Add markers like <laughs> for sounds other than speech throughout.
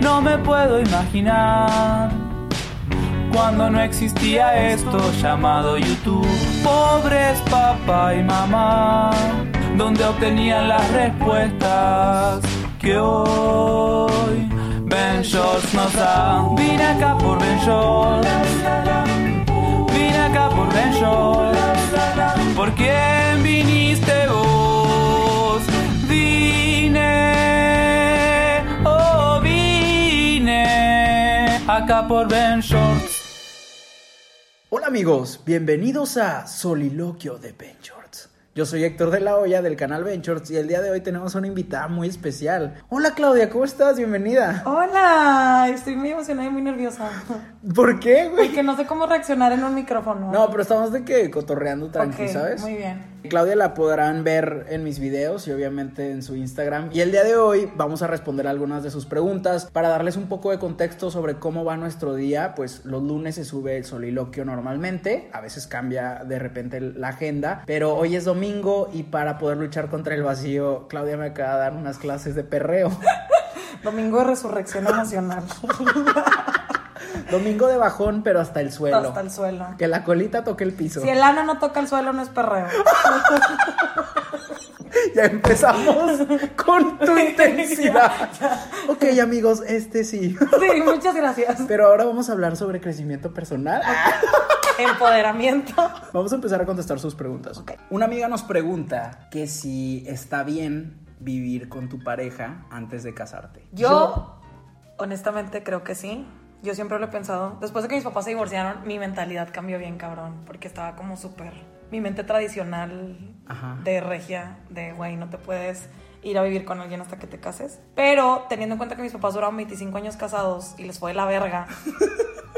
No me puedo imaginar cuando no existía esto llamado YouTube. Pobres papá y mamá, donde obtenían las respuestas que hoy Ben Shorts nos da. Vine acá por Ben Shorts, vine acá por Ben Shorts. ¿Por quién viniste vos? Vine, oh, vine acá por Ben Shorts. Hola amigos, bienvenidos a Soliloquio de Ben Shorts. Yo soy Héctor de la Hoya del canal Ben Shorts y el día de hoy tenemos una invitada muy especial. Hola Claudia, ¿cómo estás? Bienvenida. Hola, estoy muy emocionada y muy nerviosa. ¿Por qué, güey? Porque no sé cómo reaccionar en un micrófono. No, pero estamos de que cotorreando tranqui, Ok, ¿sabes? Muy bien. Claudia la podrán ver en mis videos y obviamente en su Instagram. Y el día de hoy vamos a responder algunas de sus preguntas para darles un poco de contexto sobre cómo va nuestro día. Pues los lunes se sube el soliloquio normalmente, a veces cambia de repente la agenda, pero hoy es domingo y para poder luchar contra el vacío, Claudia me acaba de dar unas clases de perreo. <laughs> Domingo de resurrección emocional. domingo de bajón, pero hasta el suelo. Hasta el suelo. Que la colita toque el piso. Si el ano no toca el suelo, no es perreo. <laughs> <laughs> Ya empezamos con tu intensidad. ok, amigos, este sí. <laughs> Sí, muchas gracias. Pero ahora vamos a hablar sobre crecimiento personal. Empoderamiento. Vamos a empezar a contestar sus preguntas. Una amiga nos pregunta que si está bien vivir con tu pareja antes de casarte. Yo, honestamente, creo que sí. Yo siempre lo he pensado. Después de que mis papás se divorciaron, mi mentalidad cambió bien, cabrón. Porque estaba como súper. Mi mente tradicional Ajá. de regia, de güey, no te puedes ir a vivir con alguien hasta que te cases. Pero teniendo en cuenta que mis papás duraron 25 años casados y les fue de la verga.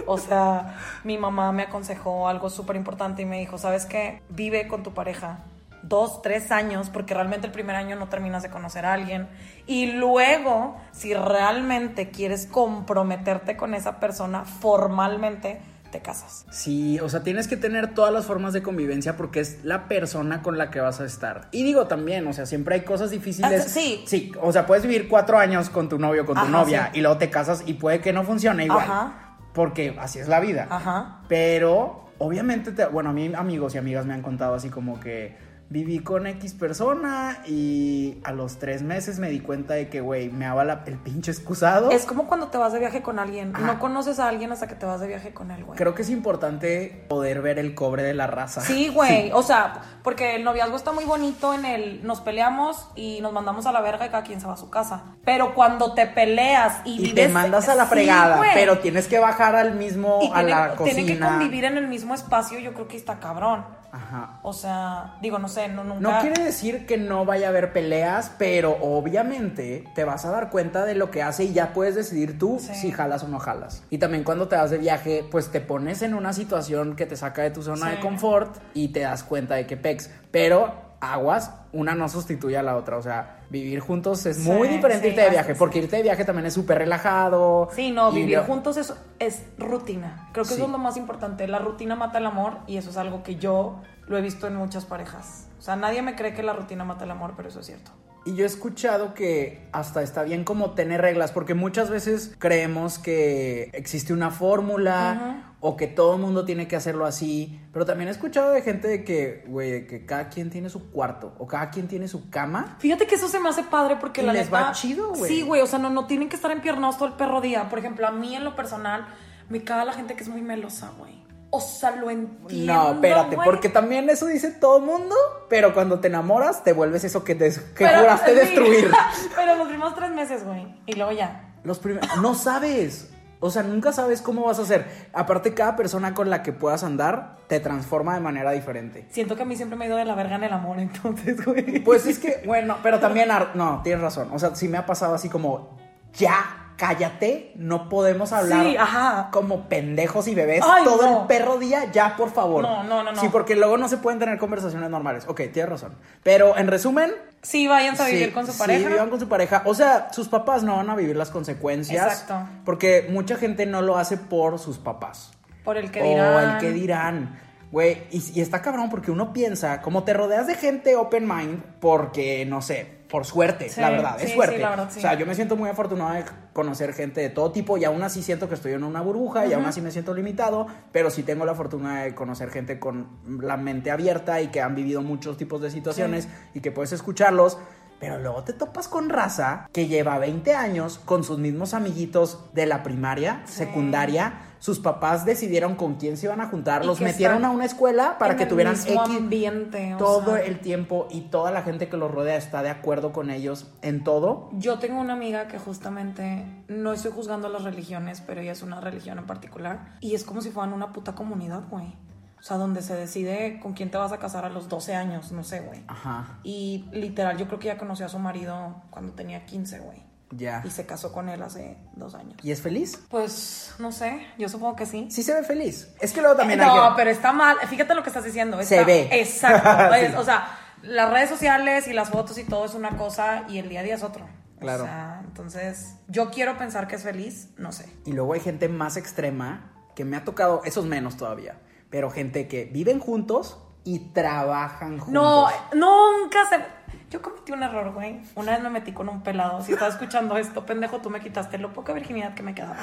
O sea, mi mamá me aconsejó algo súper importante y me dijo, ¿sabes qué? Vive con tu pareja dos, tres años, porque realmente el primer año no terminas de conocer a alguien. Y luego, si realmente quieres comprometerte con esa persona formalmente, te casas. Sí, o sea, tienes que tener todas las formas de convivencia porque es la persona con la que vas a estar. Y digo también, o sea, siempre hay cosas difíciles. Ah, sí. Sí, o sea, puedes vivir cuatro años con tu novio, con tu Ajá, novia, sí. y luego te casas y puede que no funcione igual. Ajá. Porque así es la vida. Ajá. Pero, obviamente, te- bueno, a mí amigos y amigas me han contado así como que viví con X persona y a los tres meses me di cuenta de que, güey, me habla el pinche excusado. Es como cuando te vas de viaje con alguien. Ajá. No conoces a alguien hasta que te vas de viaje con él, güey. Creo que es importante poder ver el cobre de la raza. <laughs> Sí, güey. O sea, porque el noviazgo está muy bonito en el nos peleamos y nos mandamos a la verga y cada quien se va a su casa. Pero cuando te peleas y, y te vives- mandas a la Sí, fregada, güey. pero tienes que bajar al mismo, Y a tienen- la cocina. Tienen que convivir en el mismo espacio, yo creo que está cabrón. Ajá. O sea, digo, no sé, no No nunca. quiere decir que no vaya a haber peleas, pero obviamente te vas a dar cuenta de lo que hace y ya puedes decidir tú Sí. si jalas o no jalas. Y también cuando te vas de viaje, pues te pones en una situación que te saca de tu zona Sí. de confort y te das cuenta de que pex. Pero aguas, una no sustituye a la otra. O sea, vivir juntos es Sí, muy diferente sí, irte de así viaje, es. porque irte de viaje también es súper relajado. Sí, no, y vivir lo- juntos es, es rutina. Creo que eso Sí. es lo más importante. La rutina mata el amor y eso es algo que yo lo he visto en muchas parejas. O sea, nadie me cree que la rutina mata el amor, pero eso es cierto. Y yo he escuchado que hasta está bien como tener reglas, porque muchas veces creemos que existe una fórmula o que todo el mundo tiene que hacerlo así. Pero también he escuchado de gente de que, güey, de que cada quien tiene su cuarto o cada quien tiene su cama. Fíjate que eso se me hace padre porque Y la les neta- va chido, güey. Sí, güey, o sea, no, no tienen que estar empiernados todo el perro día. Por ejemplo, a mí en lo personal me caga la gente que es muy melosa, güey. O sea, lo entiendo. no, espérate, güey. porque también eso dice todo el mundo, pero cuando te enamoras te vuelves eso que, des- que Pero- juraste <laughs> sí. destruir. Pero los primeros tres meses, güey. Y luego ya. Los primeros... No sabes. O sea, nunca sabes cómo vas a ser. Aparte, cada persona con la que puedas andar te transforma de manera diferente. Siento que a mí siempre me he ido de la verga en el amor, <laughs> entonces, güey. Pues es que, bueno, pero también, ar- no, tienes razón. O sea, sí me ha pasado así como, ya, cállate, no podemos hablar Sí, ajá. como pendejos y bebés Ay, todo no. el perro día, ya, por favor. No, no, no, no. Sí, porque luego no se pueden tener conversaciones normales. Ok, tienes razón. Pero en resumen... Sí, váyanse a vivir sí, con su Sí, pareja. vivan con su pareja. O sea, sus papás no van a vivir las consecuencias. Exacto. Porque mucha gente no lo hace por sus papás. Por el que O dirán. el que dirán. Güey, y, y está cabrón porque uno piensa, como te rodeas de gente open mind, porque, no sé, por suerte, Sí, la verdad, es sí, suerte. sí, la verdad, sí. O sea, yo me siento muy afortunado de conocer gente de todo tipo y aún así siento que estoy en una burbuja y aún así me siento limitado, pero sí tengo la fortuna de conocer gente con la mente abierta y que han vivido muchos tipos de situaciones y que puedes escucharlos. Pero luego te topas con raza que lleva 20 años con sus mismos amiguitos de la primaria, secundaria. Sus papás decidieron con quién se iban a juntar, Y los que metieron están a una escuela para en que el tuvieran mismo X ambiente, o todo sea. el tiempo y toda la gente que los rodea está de acuerdo con ellos en todo. Yo tengo una amiga que justamente no estoy juzgando las religiones, pero ella es una religión en particular. Y es como si fueran una puta comunidad, güey. O sea, donde se decide con quién te vas a casar a los 12 años, no sé, güey. Ajá, Y literal, yo creo que ella conoció a su marido cuando tenía 15, güey. ya. Y se casó con él hace dos años. ¿Y es feliz? Pues, no sé, yo supongo que sí. Sí se ve feliz. Es que luego también hay Eh, No, que- pero está mal. Fíjate lo que estás diciendo. Se está- ve. <laughs> Exacto. Sí. Es- O sea, las redes sociales y las fotos y todo es una cosa y el día a día es otro. Claro. O sea, entonces, yo quiero pensar que es feliz, no sé. Y luego hay gente más extrema que me ha tocado, esos menos todavía, pero gente que viven juntos y trabajan juntos. No, eh, nunca se. Yo cometí un error, güey. Una vez me metí con un pelado. Si estás escuchando esto, pendejo, tú me quitaste lo poca virginidad que me quedaba.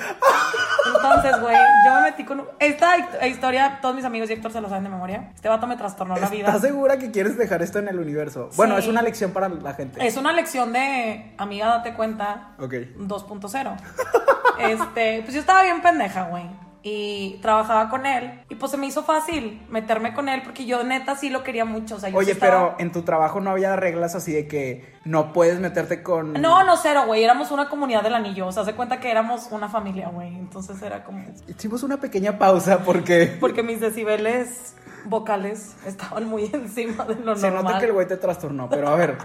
Entonces, güey, yo me metí con. un- Esta hi- historia, todos mis amigos y Héctor se lo saben de memoria. Este vato me trastornó la <laughs> vida. ¿Estás segura que quieres dejar esto en el universo? Bueno, Sí. es una lección para la gente. Es una lección de amiga, date cuenta. Ok. 2.0. este, pues yo estaba bien pendeja, güey. Y trabajaba con él. Y pues se me hizo fácil meterme con él porque yo neta sí lo quería mucho. O sea, yo sí Oye, estaba- pero en tu trabajo no había reglas así de que no puedes meterte con... No, no, cero, güey. Éramos una comunidad del anillo. O sea, se cuenta que éramos una familia, güey. Entonces era como. Hicimos una pequeña pausa porque Porque mis decibeles vocales estaban muy <laughs> encima de lo se normal. nota que el güey te trastornó, pero a ver.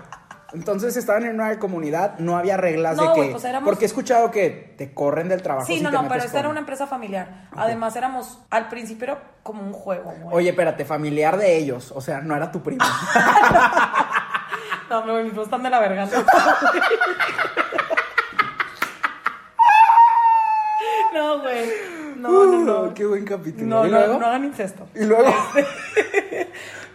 Entonces estaban en una comunidad, no había reglas No, de güey, que... pues éramos- Porque he escuchado que te corren del trabajo. Sí, si no, te no, metes pero esta con- era una empresa familiar. Además, éramos al principio era como un juego, güey. Oye, espérate, familiar de ellos, o sea, no era tu primo. No, me mis están de <laughs> la verga. No, güey. <laughs> <laughs> No, no, no. Uh, Qué buen capítulo. No, ¿Y no, luego? no hagan incesto. Y <laughs> luego...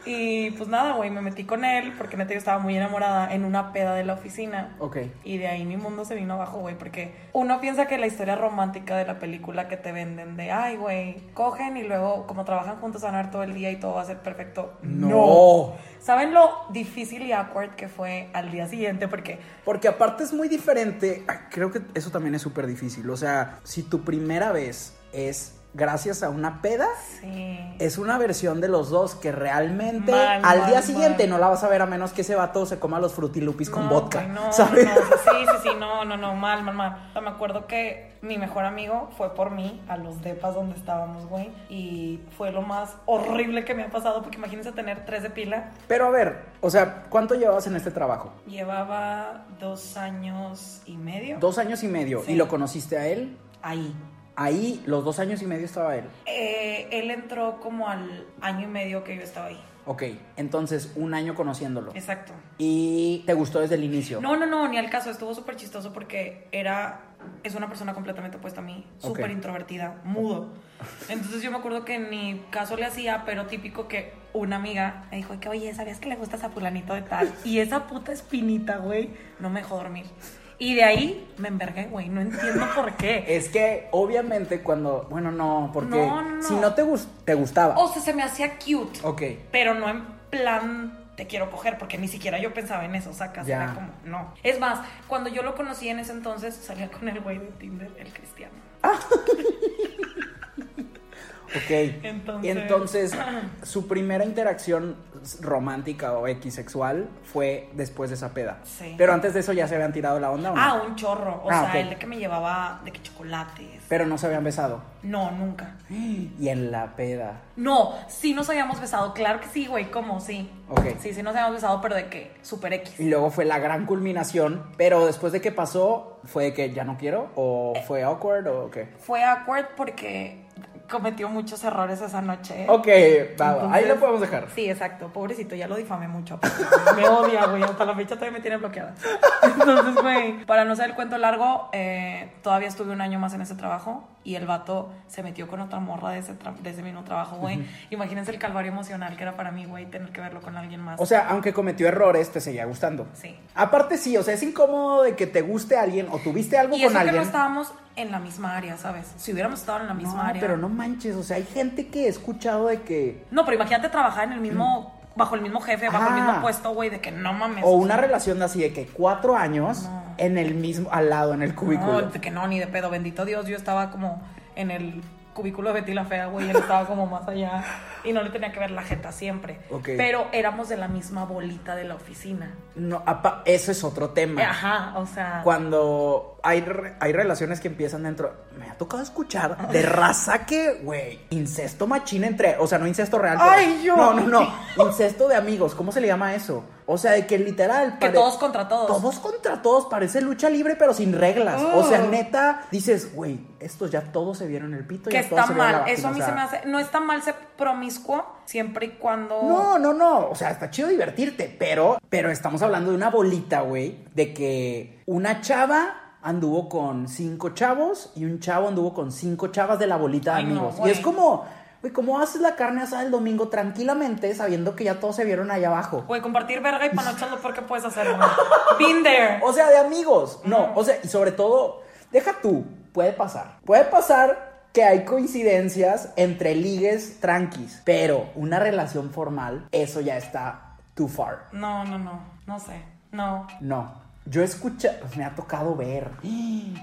Y pues nada, güey, me metí con él porque neta yo estaba muy enamorada en una peda de la oficina. ok. Y de ahí mi mundo se vino abajo, güey, porque uno piensa que la historia romántica de la película que te venden de, ay, güey, cogen y luego como trabajan juntos van a ver todo el día y todo va a ser perfecto. No. ¿Saben lo difícil y awkward que fue al día siguiente? Porque Porque aparte es muy diferente. Ay, Creo que eso también es súper difícil. O sea, si tu primera vez es gracias a una peda, Sí. es una versión de los dos que realmente Mal, al día mal, siguiente mal. no la vas a ver a menos que ese vato se coma los frutilupis con No, vodka. güey, no, ¿sabes? no, no, sí, sí, sí, no, no, no, mal, mal, mal. O sea, me acuerdo que mi mejor amigo fue por mí a los depas donde estábamos, güey, y fue lo más horrible que me ha pasado, porque imagínense tener tres de pila. <laughs> Pero a ver, o sea, ¿cuánto llevabas en este trabajo? Llevaba dos años y medio Dos años y medio. Sí. ¿Y lo conociste a él? ahí. Ahí, los dos años y medio estaba él. Eh, él entró como al año y medio que yo estaba ahí. Ok, entonces un año conociéndolo. Exacto. Y te gustó desde el inicio. No, no, no, ni al caso. Estuvo súper chistoso porque era. Es una persona completamente opuesta a mí, súper Ok. introvertida, mudo. Entonces yo me acuerdo que ni caso le hacía, pero típico que una amiga me dijo que, oye, ¿sabías que le gustas a fulanito de tal? Y esa puta espinita, güey, no me dejó dormir. Y de ahí me envergué, güey, no entiendo por <laughs> qué. Es que obviamente cuando, bueno, no, porque No, no, no. si no te gus- te gustaba. O sea, se me hacía cute, Ok. pero no en plan te quiero coger, porque ni siquiera yo pensaba en eso, sacas, Ya. era como, no. Es más, cuando yo lo conocí en ese entonces, salía con el güey de Tinder, el cristiano. Ok. Entonces- <clears throat> Entonces, su primera interacción romántica o equisexual fue después de esa peda. Sí. Pero antes de eso ya se habían tirado la onda, ¿o no? Ah, un chorro. O Ah, sea, ok. el de que me llevaba de que chocolates. Pero no se habían besado. No, nunca. Y en la peda. No, sí nos habíamos besado. Claro que sí, güey. ¿Cómo? Sí. Ok. Sí, sí nos habíamos besado, pero de que super X. Y luego fue la gran culminación, pero después de que pasó, ¿fue de que ya no quiero? ¿O fue awkward o qué? Fue awkward porque cometió muchos errores esa noche. Ok, va, va, ahí Entonces- lo podemos dejar. Sí, exacto. Pobrecito, ya lo <laughs> difamé mucho. aparte. Me odia, güey. Hasta la fecha todavía me tiene bloqueada. Entonces, güey, para no ser el cuento largo, eh, todavía estuve un año más en ese trabajo y el vato se metió con otra morra de ese, tra- de ese mismo trabajo, güey. Imagínense el calvario emocional que era para mí, güey, tener que verlo con alguien más. O sea, aunque cometió errores, te seguía gustando. Sí. Aparte sí, o sea, es incómodo de que te guste alguien o tuviste algo y con eso alguien. que no estábamos en la misma área, ¿sabes? Si hubiéramos estado en la No, misma área. pero no manches, o sea, hay gente que he escuchado de que No, pero imagínate trabajar en el mismo, bajo el mismo jefe, bajo el Mm. Ah. mismo puesto, güey, de que no mames. o una relación así de que cuatro años en el mismo al lado en el cubículo. No, de que no, ni de pedo, bendito Dios, yo estaba como en el cubículo de Betty la Fea, güey, él estaba como más allá y no le tenía que ver la jeta siempre. Ok. Pero éramos de la misma bolita de la oficina. No, apa- eso es otro tema. Ajá, o sea... Cuando hay, re- hay relaciones que empiezan dentro, me ha tocado escuchar de raza que, güey, incesto machín entre, o sea, no incesto real. pero- Ay, yo- No, no, no, incesto de amigos, ¿cómo se le llama eso? O sea, de que literal... Que pare- todos contra todos. Todos contra todos, parece lucha libre, pero sin reglas. O sea, Ugh. neta, dices, güey, estos ya todos se vieron el pito. que ya todos está se vieron la mal, vagina", eso a o mí se sea, me hace... No está mal ser promiscuo siempre y cuando... no, no, no. O sea, está chido divertirte, pero, pero estamos hablando de una bolita, güey, de que una chava anduvo con cinco chavos y un chavo anduvo con cinco chavas de la bolita de Ay, no, amigos. y güey. es como, güey, ¿cómo haces la carne asada el domingo tranquilamente sabiendo que ya todos se vieron allá abajo? Güey, compartir verga y panochar lo peor que puedes hacer, güey. Been there. <laughs> O sea, de amigos. No, o sea, y sobre todo, deja tú, puede pasar. Puede pasar que hay coincidencias entre ligues tranquis, pero una relación formal, eso ya está too far. No, no, no, no sé, no. No. Yo escucha, me ha tocado ver.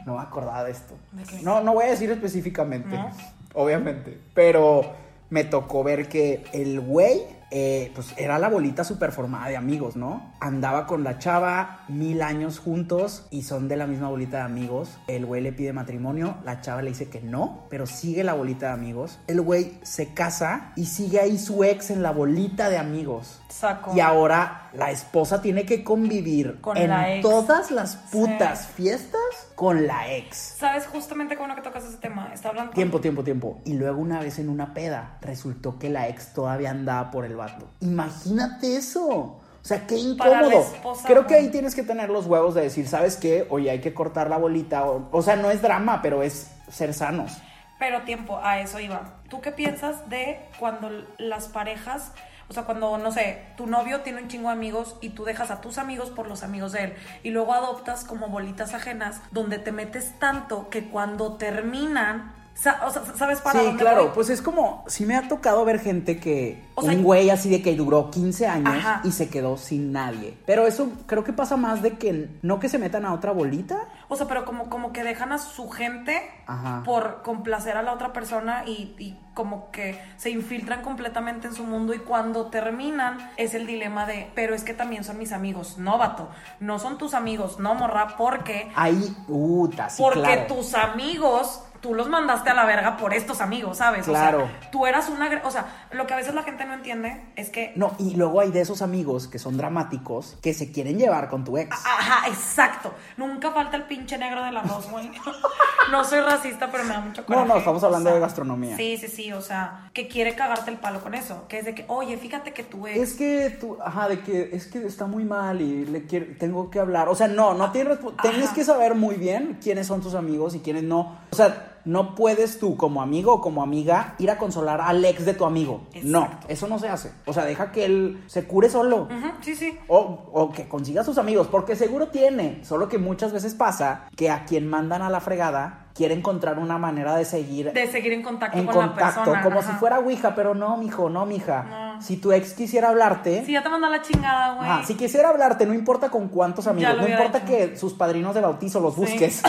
No me acordaba de esto. ¿De qué? No, no voy a decir específicamente. ¿No? Obviamente. Pero me tocó ver que el güey, eh, pues era la bolita super formada de amigos, ¿no? Andaba con la chava mil años juntos y son de la misma bolita de amigos. El güey le pide matrimonio, la chava le dice que no, pero sigue la bolita de amigos. El güey se casa y sigue ahí su ex en la bolita de amigos. Saco. Y ahora la esposa tiene que convivir Con en la ex. todas las putas fiestas con la ex. ¿Sabes justamente cómo no que tocas ese tema? Está hablando... Tiempo, tiempo, tiempo. Y luego una vez en una peda resultó que la ex todavía andaba por el vato. Imagínate eso. O sea, qué Para la incómodo. esposa, Creo que güey. ahí tienes que tener los huevos de decir, ¿sabes qué? Oye, hay que cortar la bolita. O, o sea, no es drama, pero es ser sanos. Pero tiempo, a eso iba. ¿Tú qué piensas de cuando l- las parejas, o sea, cuando, no sé, tu novio tiene un chingo de amigos y tú dejas a tus amigos por los amigos de él y luego adoptas como bolitas ajenas donde te metes tanto que cuando terminan, sa- o sea, ¿sabes para sí, dónde claro. voy? Pues es como, sí me ha tocado ver gente que O sea, un güey así de que duró 15 años Ajá. y se quedó sin nadie. Pero eso creo que pasa más de que no que se metan a otra bolita. O sea, pero como, como que dejan a su gente Ajá. por complacer a la otra persona y, y como que se infiltran completamente en su mundo y cuando terminan es el dilema de, pero es que también son mis amigos, no vato, no son tus amigos, no morra, porque, Ahí, uh, sí, porque claro. tus amigos... Tú los mandaste a la verga por estos amigos, ¿sabes? O Claro. sea, tú eras una... gre- O sea, lo que a veces la gente no entiende es que... No, y luego hay de esos amigos que son dramáticos que se quieren llevar con tu ex. Ajá, exacto. Nunca falta el pinche negro del arroz, güey. <laughs> No soy racista, pero me da mucho coraje. no, estamos hablando de gastronomía. Sí, sí, sí, o sea, que quiere cagarte el palo con eso. Que es de que, oye, fíjate que tú eres... Es que tú, ajá, de que es que está muy mal y le quiero, tengo que hablar. O sea, no, no tienes, respo- tienes que saber muy bien quiénes son tus amigos y quiénes no. O sea, no puedes tú como amigo o como amiga ir a consolar al ex de tu amigo. No, Exacto. eso no se hace. O sea, deja que él se cure solo. Ujú, sí, sí. O, o que consiga a sus amigos, porque seguro tiene. Solo que muchas veces pasa que a quien mandan a la fregada quiere encontrar una manera de seguir De seguir en contacto en con la contacto, persona. como ajá. si fuera Ouija, pero no, mijo, no, mija. Claro. Si tu ex quisiera hablarte, Si ya te mandó la chingada, güey. ajá, si quisiera hablarte, no importa con cuántos amigos, lo no hubiera importa hecho. que sus padrinos de bautizo los Sí. busques.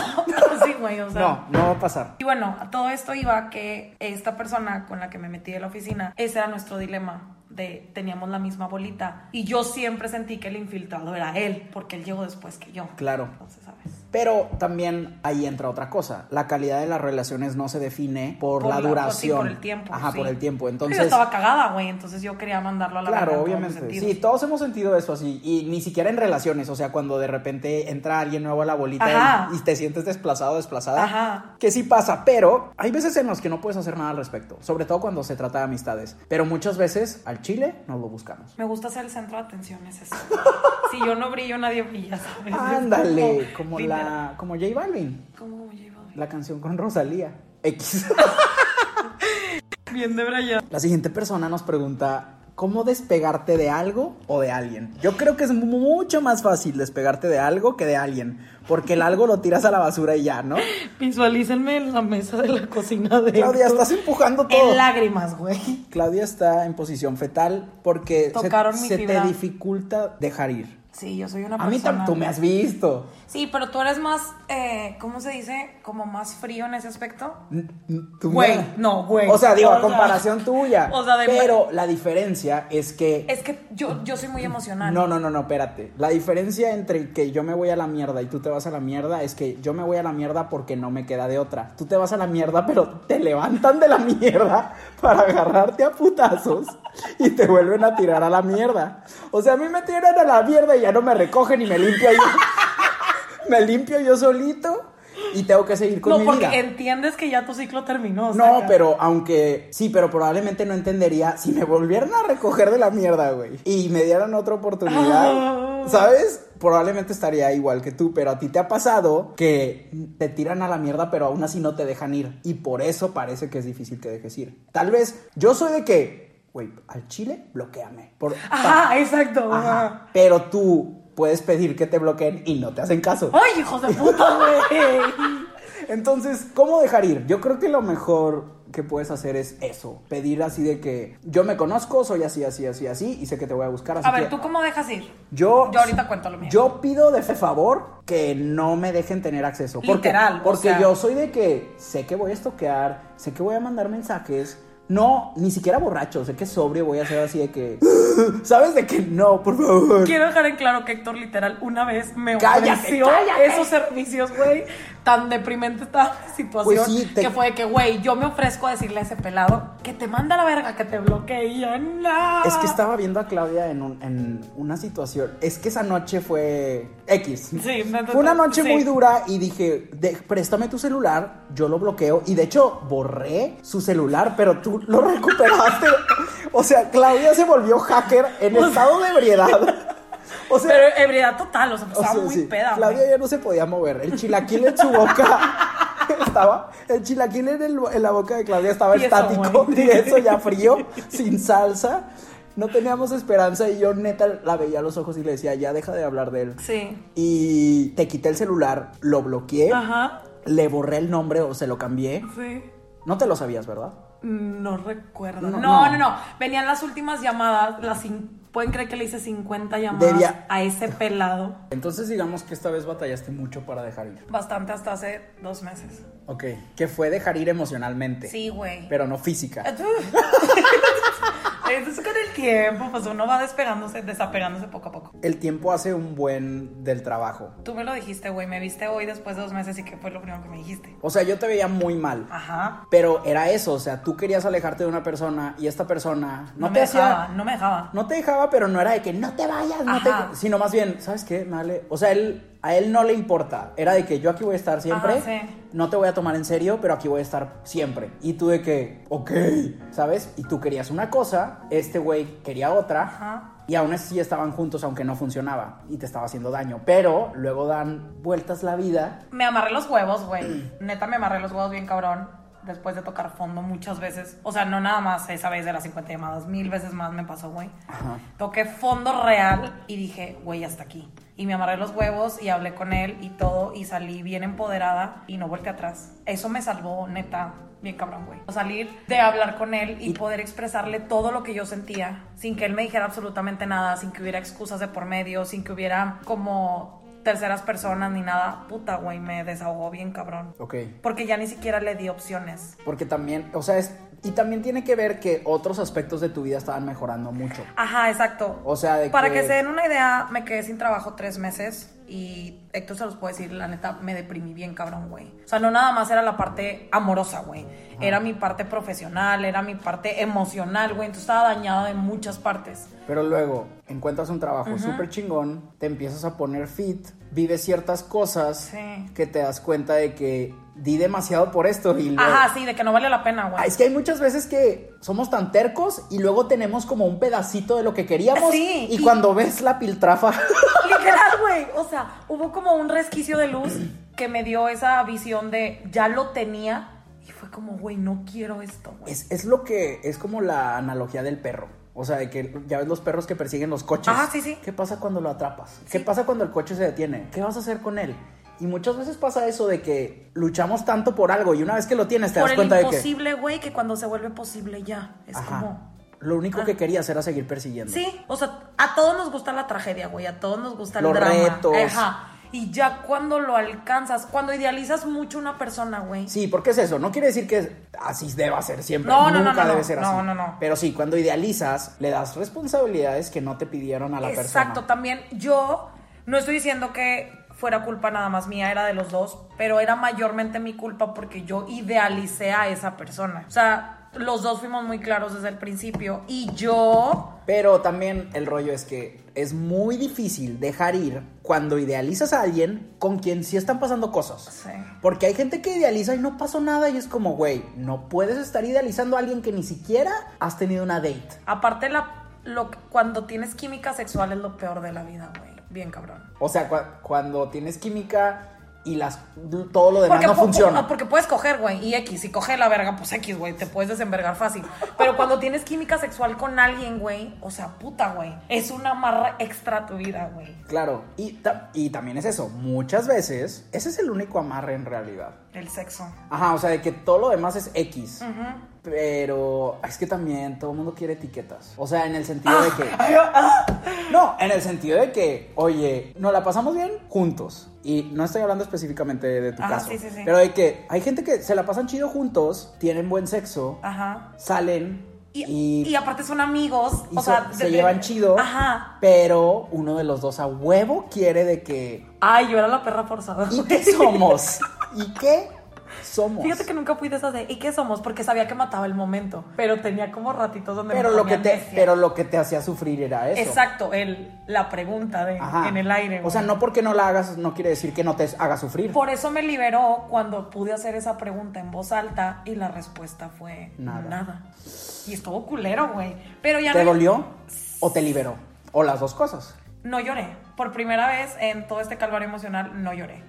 sí, güey, <laughs> o sea. No, no va a pasar. Y bueno, a todo esto iba que esta persona con la que me metí de la oficina, ese era nuestro dilema de teníamos la misma bolita y yo siempre sentí que el infiltrado era él porque él llegó después que yo. Claro. Entonces, ¿sabes? Pero también ahí entra otra cosa. La calidad de las relaciones no se define por, Por la la- duración. sí, por el tiempo, Ajá, sí. por el tiempo. Pero Entonces. yo estaba cagada, güey, entonces yo quería mandarlo a la verga Claro, en todos los obviamente. Sí, sentidos. todos hemos sentido eso así. Y ni siquiera en relaciones. O sea, cuando de repente entra alguien nuevo a la bolita Ajá. y, y te sientes desplazado, desplazada. Ajá. Que sí pasa, pero hay veces en las que no puedes hacer nada al respecto. Sobre todo cuando se trata de amistades. Pero muchas veces al chile nos lo <laughs> buscamos. Me gusta ser el centro de atención, <laughs> es eso. si yo no brillo, nadie brilla, ¿sabes? Es Ándale, como literal. la. como J Balvin. Como J Balvin. La canción con Rosalía. X. <laughs> Bien de Brian. La siguiente persona nos pregunta cómo despegarte de algo o de alguien. Yo creo que es mu- mucho más fácil despegarte de algo que de alguien, porque el algo lo tiras a la basura y ya, ¿no? Visualícenme en la mesa de la cocina de Claudia, Héctor. estás empujando todo. En lágrimas, güey. Claudia está en posición fetal porque se- Tocaron se, mi te fibra. dificulta dejar ir. Sí, yo soy una A mí persona. tam- tú me has visto. Sí, pero tú eres más, eh, ¿cómo se dice? Como más frío en ese aspecto. N- n- tú me- Güey, no, güey. O sea, digo, O a sea- comparación tuya. O sea, de- pero la diferencia es que Es que yo, yo soy muy emocional. No, no, no, no, espérate. La diferencia entre que yo me voy a la mierda y tú te vas a la mierda es que yo me voy a la mierda porque no me queda de otra. Tú te vas a la mierda, pero te levantan de la mierda para agarrarte a putazos y te vuelven a tirar a la mierda. O sea, a mí me tiran a la mierda y ya no me recogen y me limpio yo. <laughs> me limpio yo solito y tengo que seguir con No, mi porque vida. entiendes que ya tu ciclo terminó. No, saca. pero aunque sí, pero probablemente no entendería si me volvieran a recoger de la mierda, güey, y me dieran otra oportunidad, Ah. ¿sabes? Probablemente estaría igual que tú, pero a ti te ha pasado que te tiran a la mierda, pero aún así no te dejan ir, y por eso parece que es difícil que dejes ir. Tal vez yo soy de que, güey, al chile, bloqueame. Por, Ajá, Ah. exacto. Ajá. Pero tú puedes pedir que te bloqueen y no te hacen caso. ¡Ay, hijos <laughs> de puta, güey! Entonces, ¿cómo dejar ir? Yo creo que lo mejor que puedes hacer es eso, pedir así de que yo me conozco, soy así, así, así, así, y sé que te voy a buscar así. A que ver, ¿tú cómo dejas ir? yo, Yo ahorita cuento lo mío. Yo pido de fe favor que no me dejen tener acceso. Porque, Literal, o Porque sea. yo soy de que sé que voy a estoquear, sé que voy a mandar mensajes. No, ni siquiera borracho, sé que sobrio voy a hacer así de que... <laughs> ¿Sabes de que no, por favor? Quiero dejar en claro que Héctor literal una vez me Cállate, ofreció cállate. esos servicios, güey. Tan deprimente esta situación Pues sí, te- que fue de que, güey, yo me ofrezco a decirle a ese pelado que te manda a la verga, que te bloquee y ya nada. Es que estaba viendo a Claudia en, un- en una situación. Es que esa noche fue X. Sí, no, no, fue una no, noche sí. muy dura y dije, "De- préstame tu celular, yo lo bloqueo. Y de hecho, borré su celular, pero tú lo <laughs> recuperaste. o sea, Claudia se volvió hacker en estado de <laughs> ebriedad. O sea, Pero ebriedad total, o sea, pues, o estaba sea, muy sí, peda. Claudia güey. ya no se podía mover. El chilaquil en su boca <laughs> estaba. El chilaquil en, el- en la boca de Claudia estaba Tieso, estático, güey. tieso, <laughs> ya frío, sin salsa. No teníamos esperanza y yo neta la veía a los ojos y le decía, ya deja de hablar de él. Sí. Y te quité el celular, lo bloqueé, Ajá. le borré el nombre o se lo cambié. Sí. No te lo sabías, ¿verdad? No recuerdo. No, No, no, no. no. Venían las últimas llamadas, las cin- pueden creer que le hice 50 llamadas Debía- a ese pelado. Entonces digamos que esta vez batallaste mucho para dejar ir. Bastante hasta hace dos meses. Ok, que fue dejar ir emocionalmente, Sí, güey. pero no física. <laughs> Eso es con el tiempo, pues uno va despegándose, desapegándose poco a poco. El tiempo hace un buen del trabajo. Tú me lo dijiste, güey, me viste hoy después de dos meses y que fue lo primero que me dijiste. O sea, yo te veía muy mal. Ajá. Pero era eso, o sea, tú querías alejarte de una persona y esta persona no, No, me te hacía... dejaba, no me dejaba. No te dejaba, pero no era de que no te vayas, no Ajá. te... Sino más bien, ¿sabes qué? Me vale- O sea, él, a él no le importa. Era de que yo aquí voy a estar siempre. Ajá, sí. No te voy a tomar en serio, pero aquí voy a estar siempre. Y tú de que, ok, ¿sabes? Y tú querías una cosa, este güey quería otra. Ajá. Y aún así estaban juntos, aunque no funcionaba. Y te estaba haciendo daño. Pero luego dan vueltas la vida Me amarré los huevos, güey. <clears throat> Neta, me amarré los huevos bien cabrón. Después de tocar fondo muchas veces. O sea, no nada más esa vez de las 50 llamadas. Mil veces más me pasó, güey. Toqué fondo real y dije, güey, hasta aquí. y me amarré los huevos y hablé con él y todo y salí bien empoderada y no volteé atrás. Eso me salvó, neta. Bien cabrón, güey. Salir de hablar con él y poder expresarle todo lo que yo sentía sin que él me dijera absolutamente nada, sin que hubiera excusas de por medio, sin que hubiera como terceras personas ni nada. Puta, güey, me desahogó bien cabrón. Ok. Porque ya ni siquiera le di opciones. Porque también, o sea, es, y también tiene que ver que otros aspectos de tu vida estaban mejorando mucho. Ajá, exacto. O sea, de Para que- que... se den una idea, me quedé sin trabajo tres meses y Héctor se los puede decir, la neta, me deprimí bien cabrón, güey. O sea, no nada más era la parte amorosa, güey. Era mi parte profesional, era mi parte emocional, güey. Entonces estaba dañada de muchas partes. Pero luego encuentras un trabajo súper chingón, te empiezas a poner fit, vives ciertas cosas Sí. que te das cuenta de que di demasiado por esto y luego- Ajá, sí, de que no vale la pena, Ah, güey. Es que hay muchas veces que somos tan tercos y luego tenemos como un pedacito de lo que queríamos Sí, y, y- cuando ves la piltrafa <laughs> <laughs> Literal, güey. O sea, hubo como un resquicio de luz que me dio esa visión de ya lo tenía y fue como, güey, no quiero esto, güey. es, es lo que es como la analogía del perro. O sea, de que ya ves los perros que persiguen los coches. Ajá, Ah, sí, sí. ¿Qué pasa cuando lo atrapas? ¿Qué Sí. pasa cuando el coche se detiene? ¿Qué vas a hacer con él? Y muchas veces pasa eso de que luchamos tanto por algo y una vez que lo tienes te Por das el cuenta de que... imposible, güey, que cuando se vuelve posible ya. Es Ajá. como. Lo único Ah. que querías era seguir persiguiendo. Sí, o sea, a todos nos gusta la tragedia, güey, a todos nos gusta el Los drama. retos. Ajá. Y ya cuando lo alcanzas, cuando idealizas mucho una persona, güey. Sí, porque es eso. No quiere decir que así deba ser siempre. No, no, no, Nunca no, no. debe ser así. No, no, no. Pero sí, cuando idealizas, le das responsabilidades que no te pidieron a la persona. Exacto, también yo no estoy diciendo que fuera culpa nada más mía, era de los dos, pero era mayormente mi culpa porque yo idealicé a esa persona. O sea, los dos fuimos muy claros desde el principio y yo Pero también el rollo es que es muy difícil dejar ir cuando idealizas a alguien con quien sí están pasando cosas. Sí. Porque hay gente que idealiza y no pasó nada y es como, güey, no puedes estar idealizando a alguien que ni siquiera has tenido una date. aparte la lo cuando tienes química sexual es lo peor de la vida, güey. Bien cabrón. O sea, cua- cuando tienes química y las todo lo demás no pu- pu- funciona. no, porque puedes coger, güey, y X. Si coge la verga, pues X, güey, te puedes desenvergar fácil. Pero cuando tienes química sexual con alguien, güey, o sea, puta, güey, es una marra extra a tu vida, güey. Claro, y, ta- y también es eso, muchas veces ese es el único amarre en realidad. El sexo. Ajá, o sea, de que todo lo demás es X. Pero es que también todo el mundo quiere etiquetas. O sea, en el sentido de Ah, que... No, en el sentido de que, oye, nos la pasamos bien juntos. Y no estoy hablando específicamente de, de tu Ajá, caso. sí, sí, sí. Pero de que hay gente que se la pasan chido juntos, tienen buen sexo, Ajá. salen Ah. Y, y... y aparte son amigos, y o sea, se, de- se de- llevan chido, Ajá. pero uno de los dos a huevo quiere de que Ay, yo era la perra forzada. ¿Y güey. <laughs> qué somos? ¿Y qué somos? Fíjate que nunca fui de esas de ¿y qué somos? Porque sabía que mataba el momento, pero tenía como ratitos donde pero me lo que ponía te necia. pero lo que te hacía sufrir era eso. Exacto, el, la pregunta de Ajá. en el aire. O sea, güey. no porque no la hagas no quiere decir que no te haga sufrir. Por eso me liberó cuando pude hacer esa pregunta en voz alta y la respuesta fue Nada. nada. Y estuvo culero, güey. Pero ya ¿Te no, dolió o te liberó? O las dos cosas. no lloré. Por primera vez en todo este calvario emocional no lloré.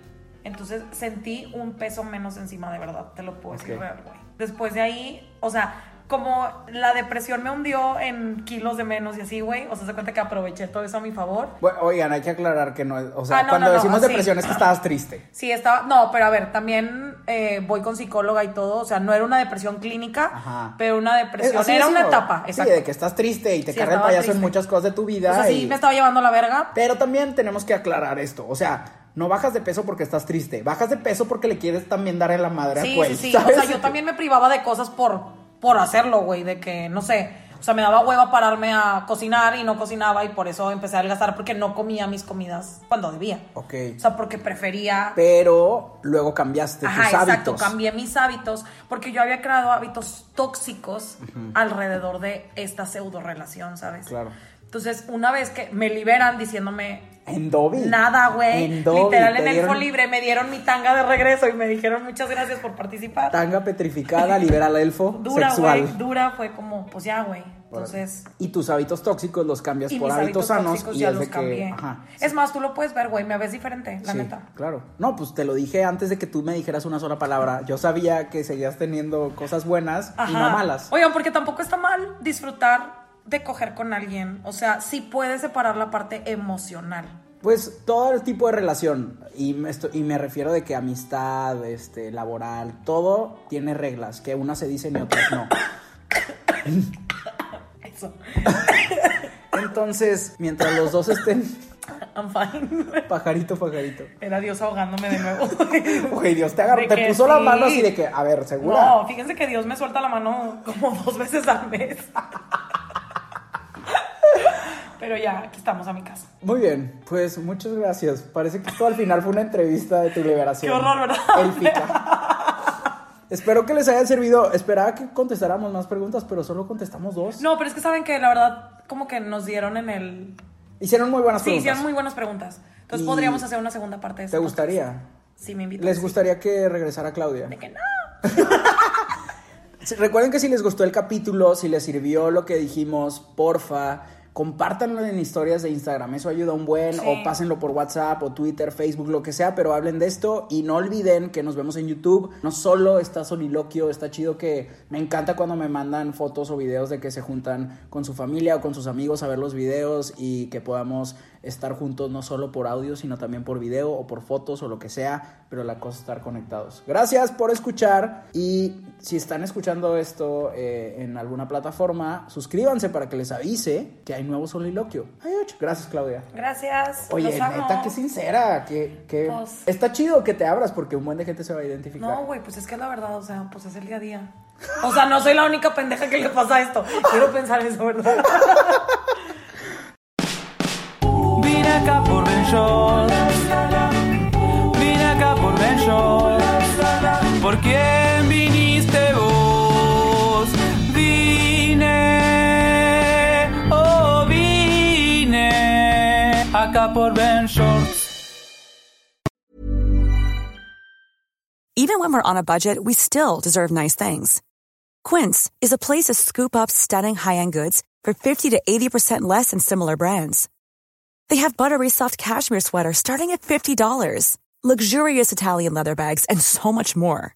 Entonces sentí un peso menos encima de verdad, te lo puedo Ok. decir real, güey. Después de ahí, o sea, como la depresión me hundió en kilos de menos y así, güey, o sea, se cuenta que aproveché todo eso a mi favor. Bueno, oigan, hay que aclarar que no es, o sea, Ah, no, cuando no, no, decimos sí. depresión es que estabas triste. Sí, estaba. No, pero a ver, también eh, voy con psicóloga y todo. O sea, no era una depresión clínica, Ajá. pero una Es- depresión. así era una decimos. etapa, Sí, exacto. de que estás triste y te Sí, carga el estaba payaso en triste. muchas cosas de tu vida. o sea, y- sí, me estaba llevando la verga. Pero también tenemos que aclarar esto. O sea, no bajas de peso porque estás triste. Bajas de peso porque le quieres también dar en la madre a Sí, Quell, sí, sí. ¿sabes? O sea, yo también me privaba de cosas por, por hacerlo, güey. De que, no sé. O sea, me daba hueva pararme a cocinar y no cocinaba y por eso empecé a adelgazar porque no comía mis comidas cuando debía. Ok. O sea, porque prefería Pero luego cambiaste Ajá, tus hábitos. exacto, cambié mis hábitos porque yo había creado hábitos tóxicos alrededor de esta pseudo relación, ¿sabes? Claro. Entonces, una vez que me liberan diciéndome En Dobby. nada, güey, En Dobby, literal te en el dieron fo libre me dieron mi tanga de regreso y me dijeron muchas gracias por participar. Tanga petrificada, libera al elfo <laughs> dura, sexual. güey, dura fue como, pues ya, güey. Órale. Entonces, Y tus hábitos tóxicos los cambias y por mis hábitos, hábitos sanos tóxicos y ya es los de que. cambié. Ajá. Es más, tú lo puedes ver, güey, me ves diferente, la Sí, neta. claro. No, pues te lo dije antes de que tú me dijeras una sola palabra. Yo sabía que seguías teniendo cosas buenas y no Ajá. malas. Oigan, porque tampoco está mal disfrutar de coger con alguien. O sea, sí puedes separar la parte emocional. Pues todo el tipo de relación, y me, esto- y me refiero de que amistad, este, laboral, todo tiene reglas, que unas se dicen y otras no. Eso. Entonces, mientras los dos estén <laughs> I'm fine. <laughs> pajarito, pajarito. Era Dios ahogándome de nuevo. <laughs> Güey, Dios te agarró, De te que puso la sí. mano así de que, a ver, segura. No, fíjense que Dios me suelta la mano como <laughs> dos veces al mes. <laughs> Pero ya, aquí estamos a mi casa. Muy bien, pues muchas gracias. Parece que esto al final fue una entrevista de tu liberación. Qué horror, ¿verdad? Élfica. Espero que les haya servido. Esperaba que contestáramos más preguntas, pero solo contestamos dos. No, pero es que saben que la verdad, como que nos dieron en el. Hicieron muy buenas Sí, preguntas. hicieron muy buenas preguntas. Entonces Y- podríamos hacer una segunda parte de ¿Te este podcast. gustaría? Sí, me invitan. ¿Les gustaría que regresara Claudia? De que no. Sí, Recuerden que si les gustó el capítulo, si les sirvió lo que dijimos, porfa, compártanlo en historias de Instagram. Eso ayuda un buen. Sí. O pásenlo por WhatsApp o Twitter, Facebook, lo que sea, pero hablen de esto. Y no olviden que nos vemos en YouTube. No solo está Soliloquio, está chido que me encanta cuando me mandan fotos o videos de que se juntan con su familia o con sus amigos a ver los videos y que podamos estar juntos no solo por audio, sino también por video o por fotos o lo que sea, pero la cosa es estar conectados. Gracias por escuchar y si están escuchando esto eh, en alguna plataforma, suscríbanse para que les avise que hay nuevo soliloquio. Ay, ocho. Gracias, Claudia. Gracias. Oye, los amo. neta, qué sincera, que, que- Pues- está chido que te abras porque un buen de gente se va a identificar. No, güey, pues es que es la verdad, o sea, pues es el día a día. O sea, no soy la única pendeja que le pasa esto. Quiero pensar eso, ¿verdad? Vine acá por Ben Short. Vine acá por Ben Short. ¿Por quién viniste vos? Vine, oh vine acá por Ben Short. Even when we're on a budget, we still deserve nice things. Quince is a place to scoop up stunning high-end goods for 50 to 80% less than similar brands. They have buttery soft cashmere sweaters starting at $50, luxurious Italian leather bags, and so much more.